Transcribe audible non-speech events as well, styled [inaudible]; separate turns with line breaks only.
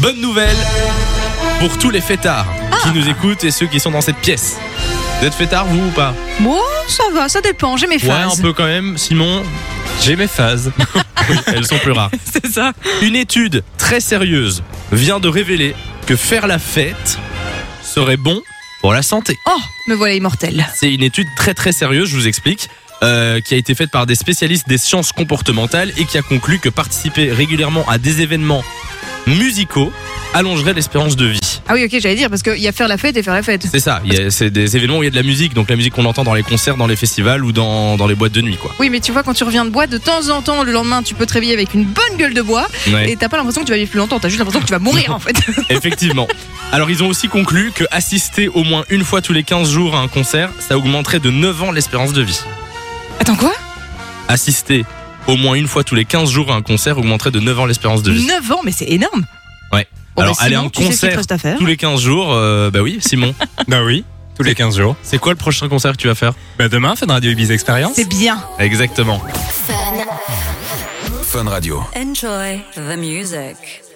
Bonne nouvelle pour tous les fêtards qui nous écoutent et ceux qui sont dans cette pièce. Vous êtes fêtards, vous ou pas
Bon, ça va, ça dépend, j'ai mes
Ouais,
phases.
un peu quand même. Simon, j'ai mes phases. oui, elles sont plus rares.
[laughs] C'est ça.
Une étude très sérieuse vient de révéler que faire la fête serait bon pour la santé.
Oh, me voilà immortel.
C'est une étude très très sérieuse, je vous explique, euh, qui a été faite par des spécialistes des sciences comportementales et qui a conclu que participer régulièrement à des événements musicaux allongerait l'espérance de vie.
Ah oui, ok, j'allais dire, parce qu'il y a faire la fête et faire la fête.
C'est ça, il y a- c'est des événements où il y a de la musique, donc la musique qu'on entend dans les concerts, dans les festivals ou dans, dans les boîtes de nuit, quoi.
Oui, mais tu vois, quand tu reviens de bois, de temps en temps, le lendemain, tu peux te réveiller avec une bonne gueule de bois et t'as pas l'impression que tu vas vivre plus longtemps, t'as juste l'impression que tu
[laughs]
vas mourir en fait.
Effectivement. Alors ils ont aussi conclu que assister au moins une fois tous les 15 jours à un concert, ça augmenterait de 9 ans l'espérance de vie.
Attends, quoi
Assister au moins une fois tous les 15 jours à un concert augmenterait de 9 ans l'espérance de vie.
9 ans, mais c'est énorme.
Ouais.
Bon,
Alors,
bah,
aller à
Simon,
un
tu sais ce qu'il te
concert-
reste à faire.
Tous les 15 jours, euh, bah oui, Simon.
[laughs] Bah oui, tous les 15 jours.
C'est quoi le prochain concert que tu vas faire
Bah demain, Fun Radio Ibiza Experience.
C'est bien.
Exactement.
Fun.
Fun Radio.
Enjoy the music.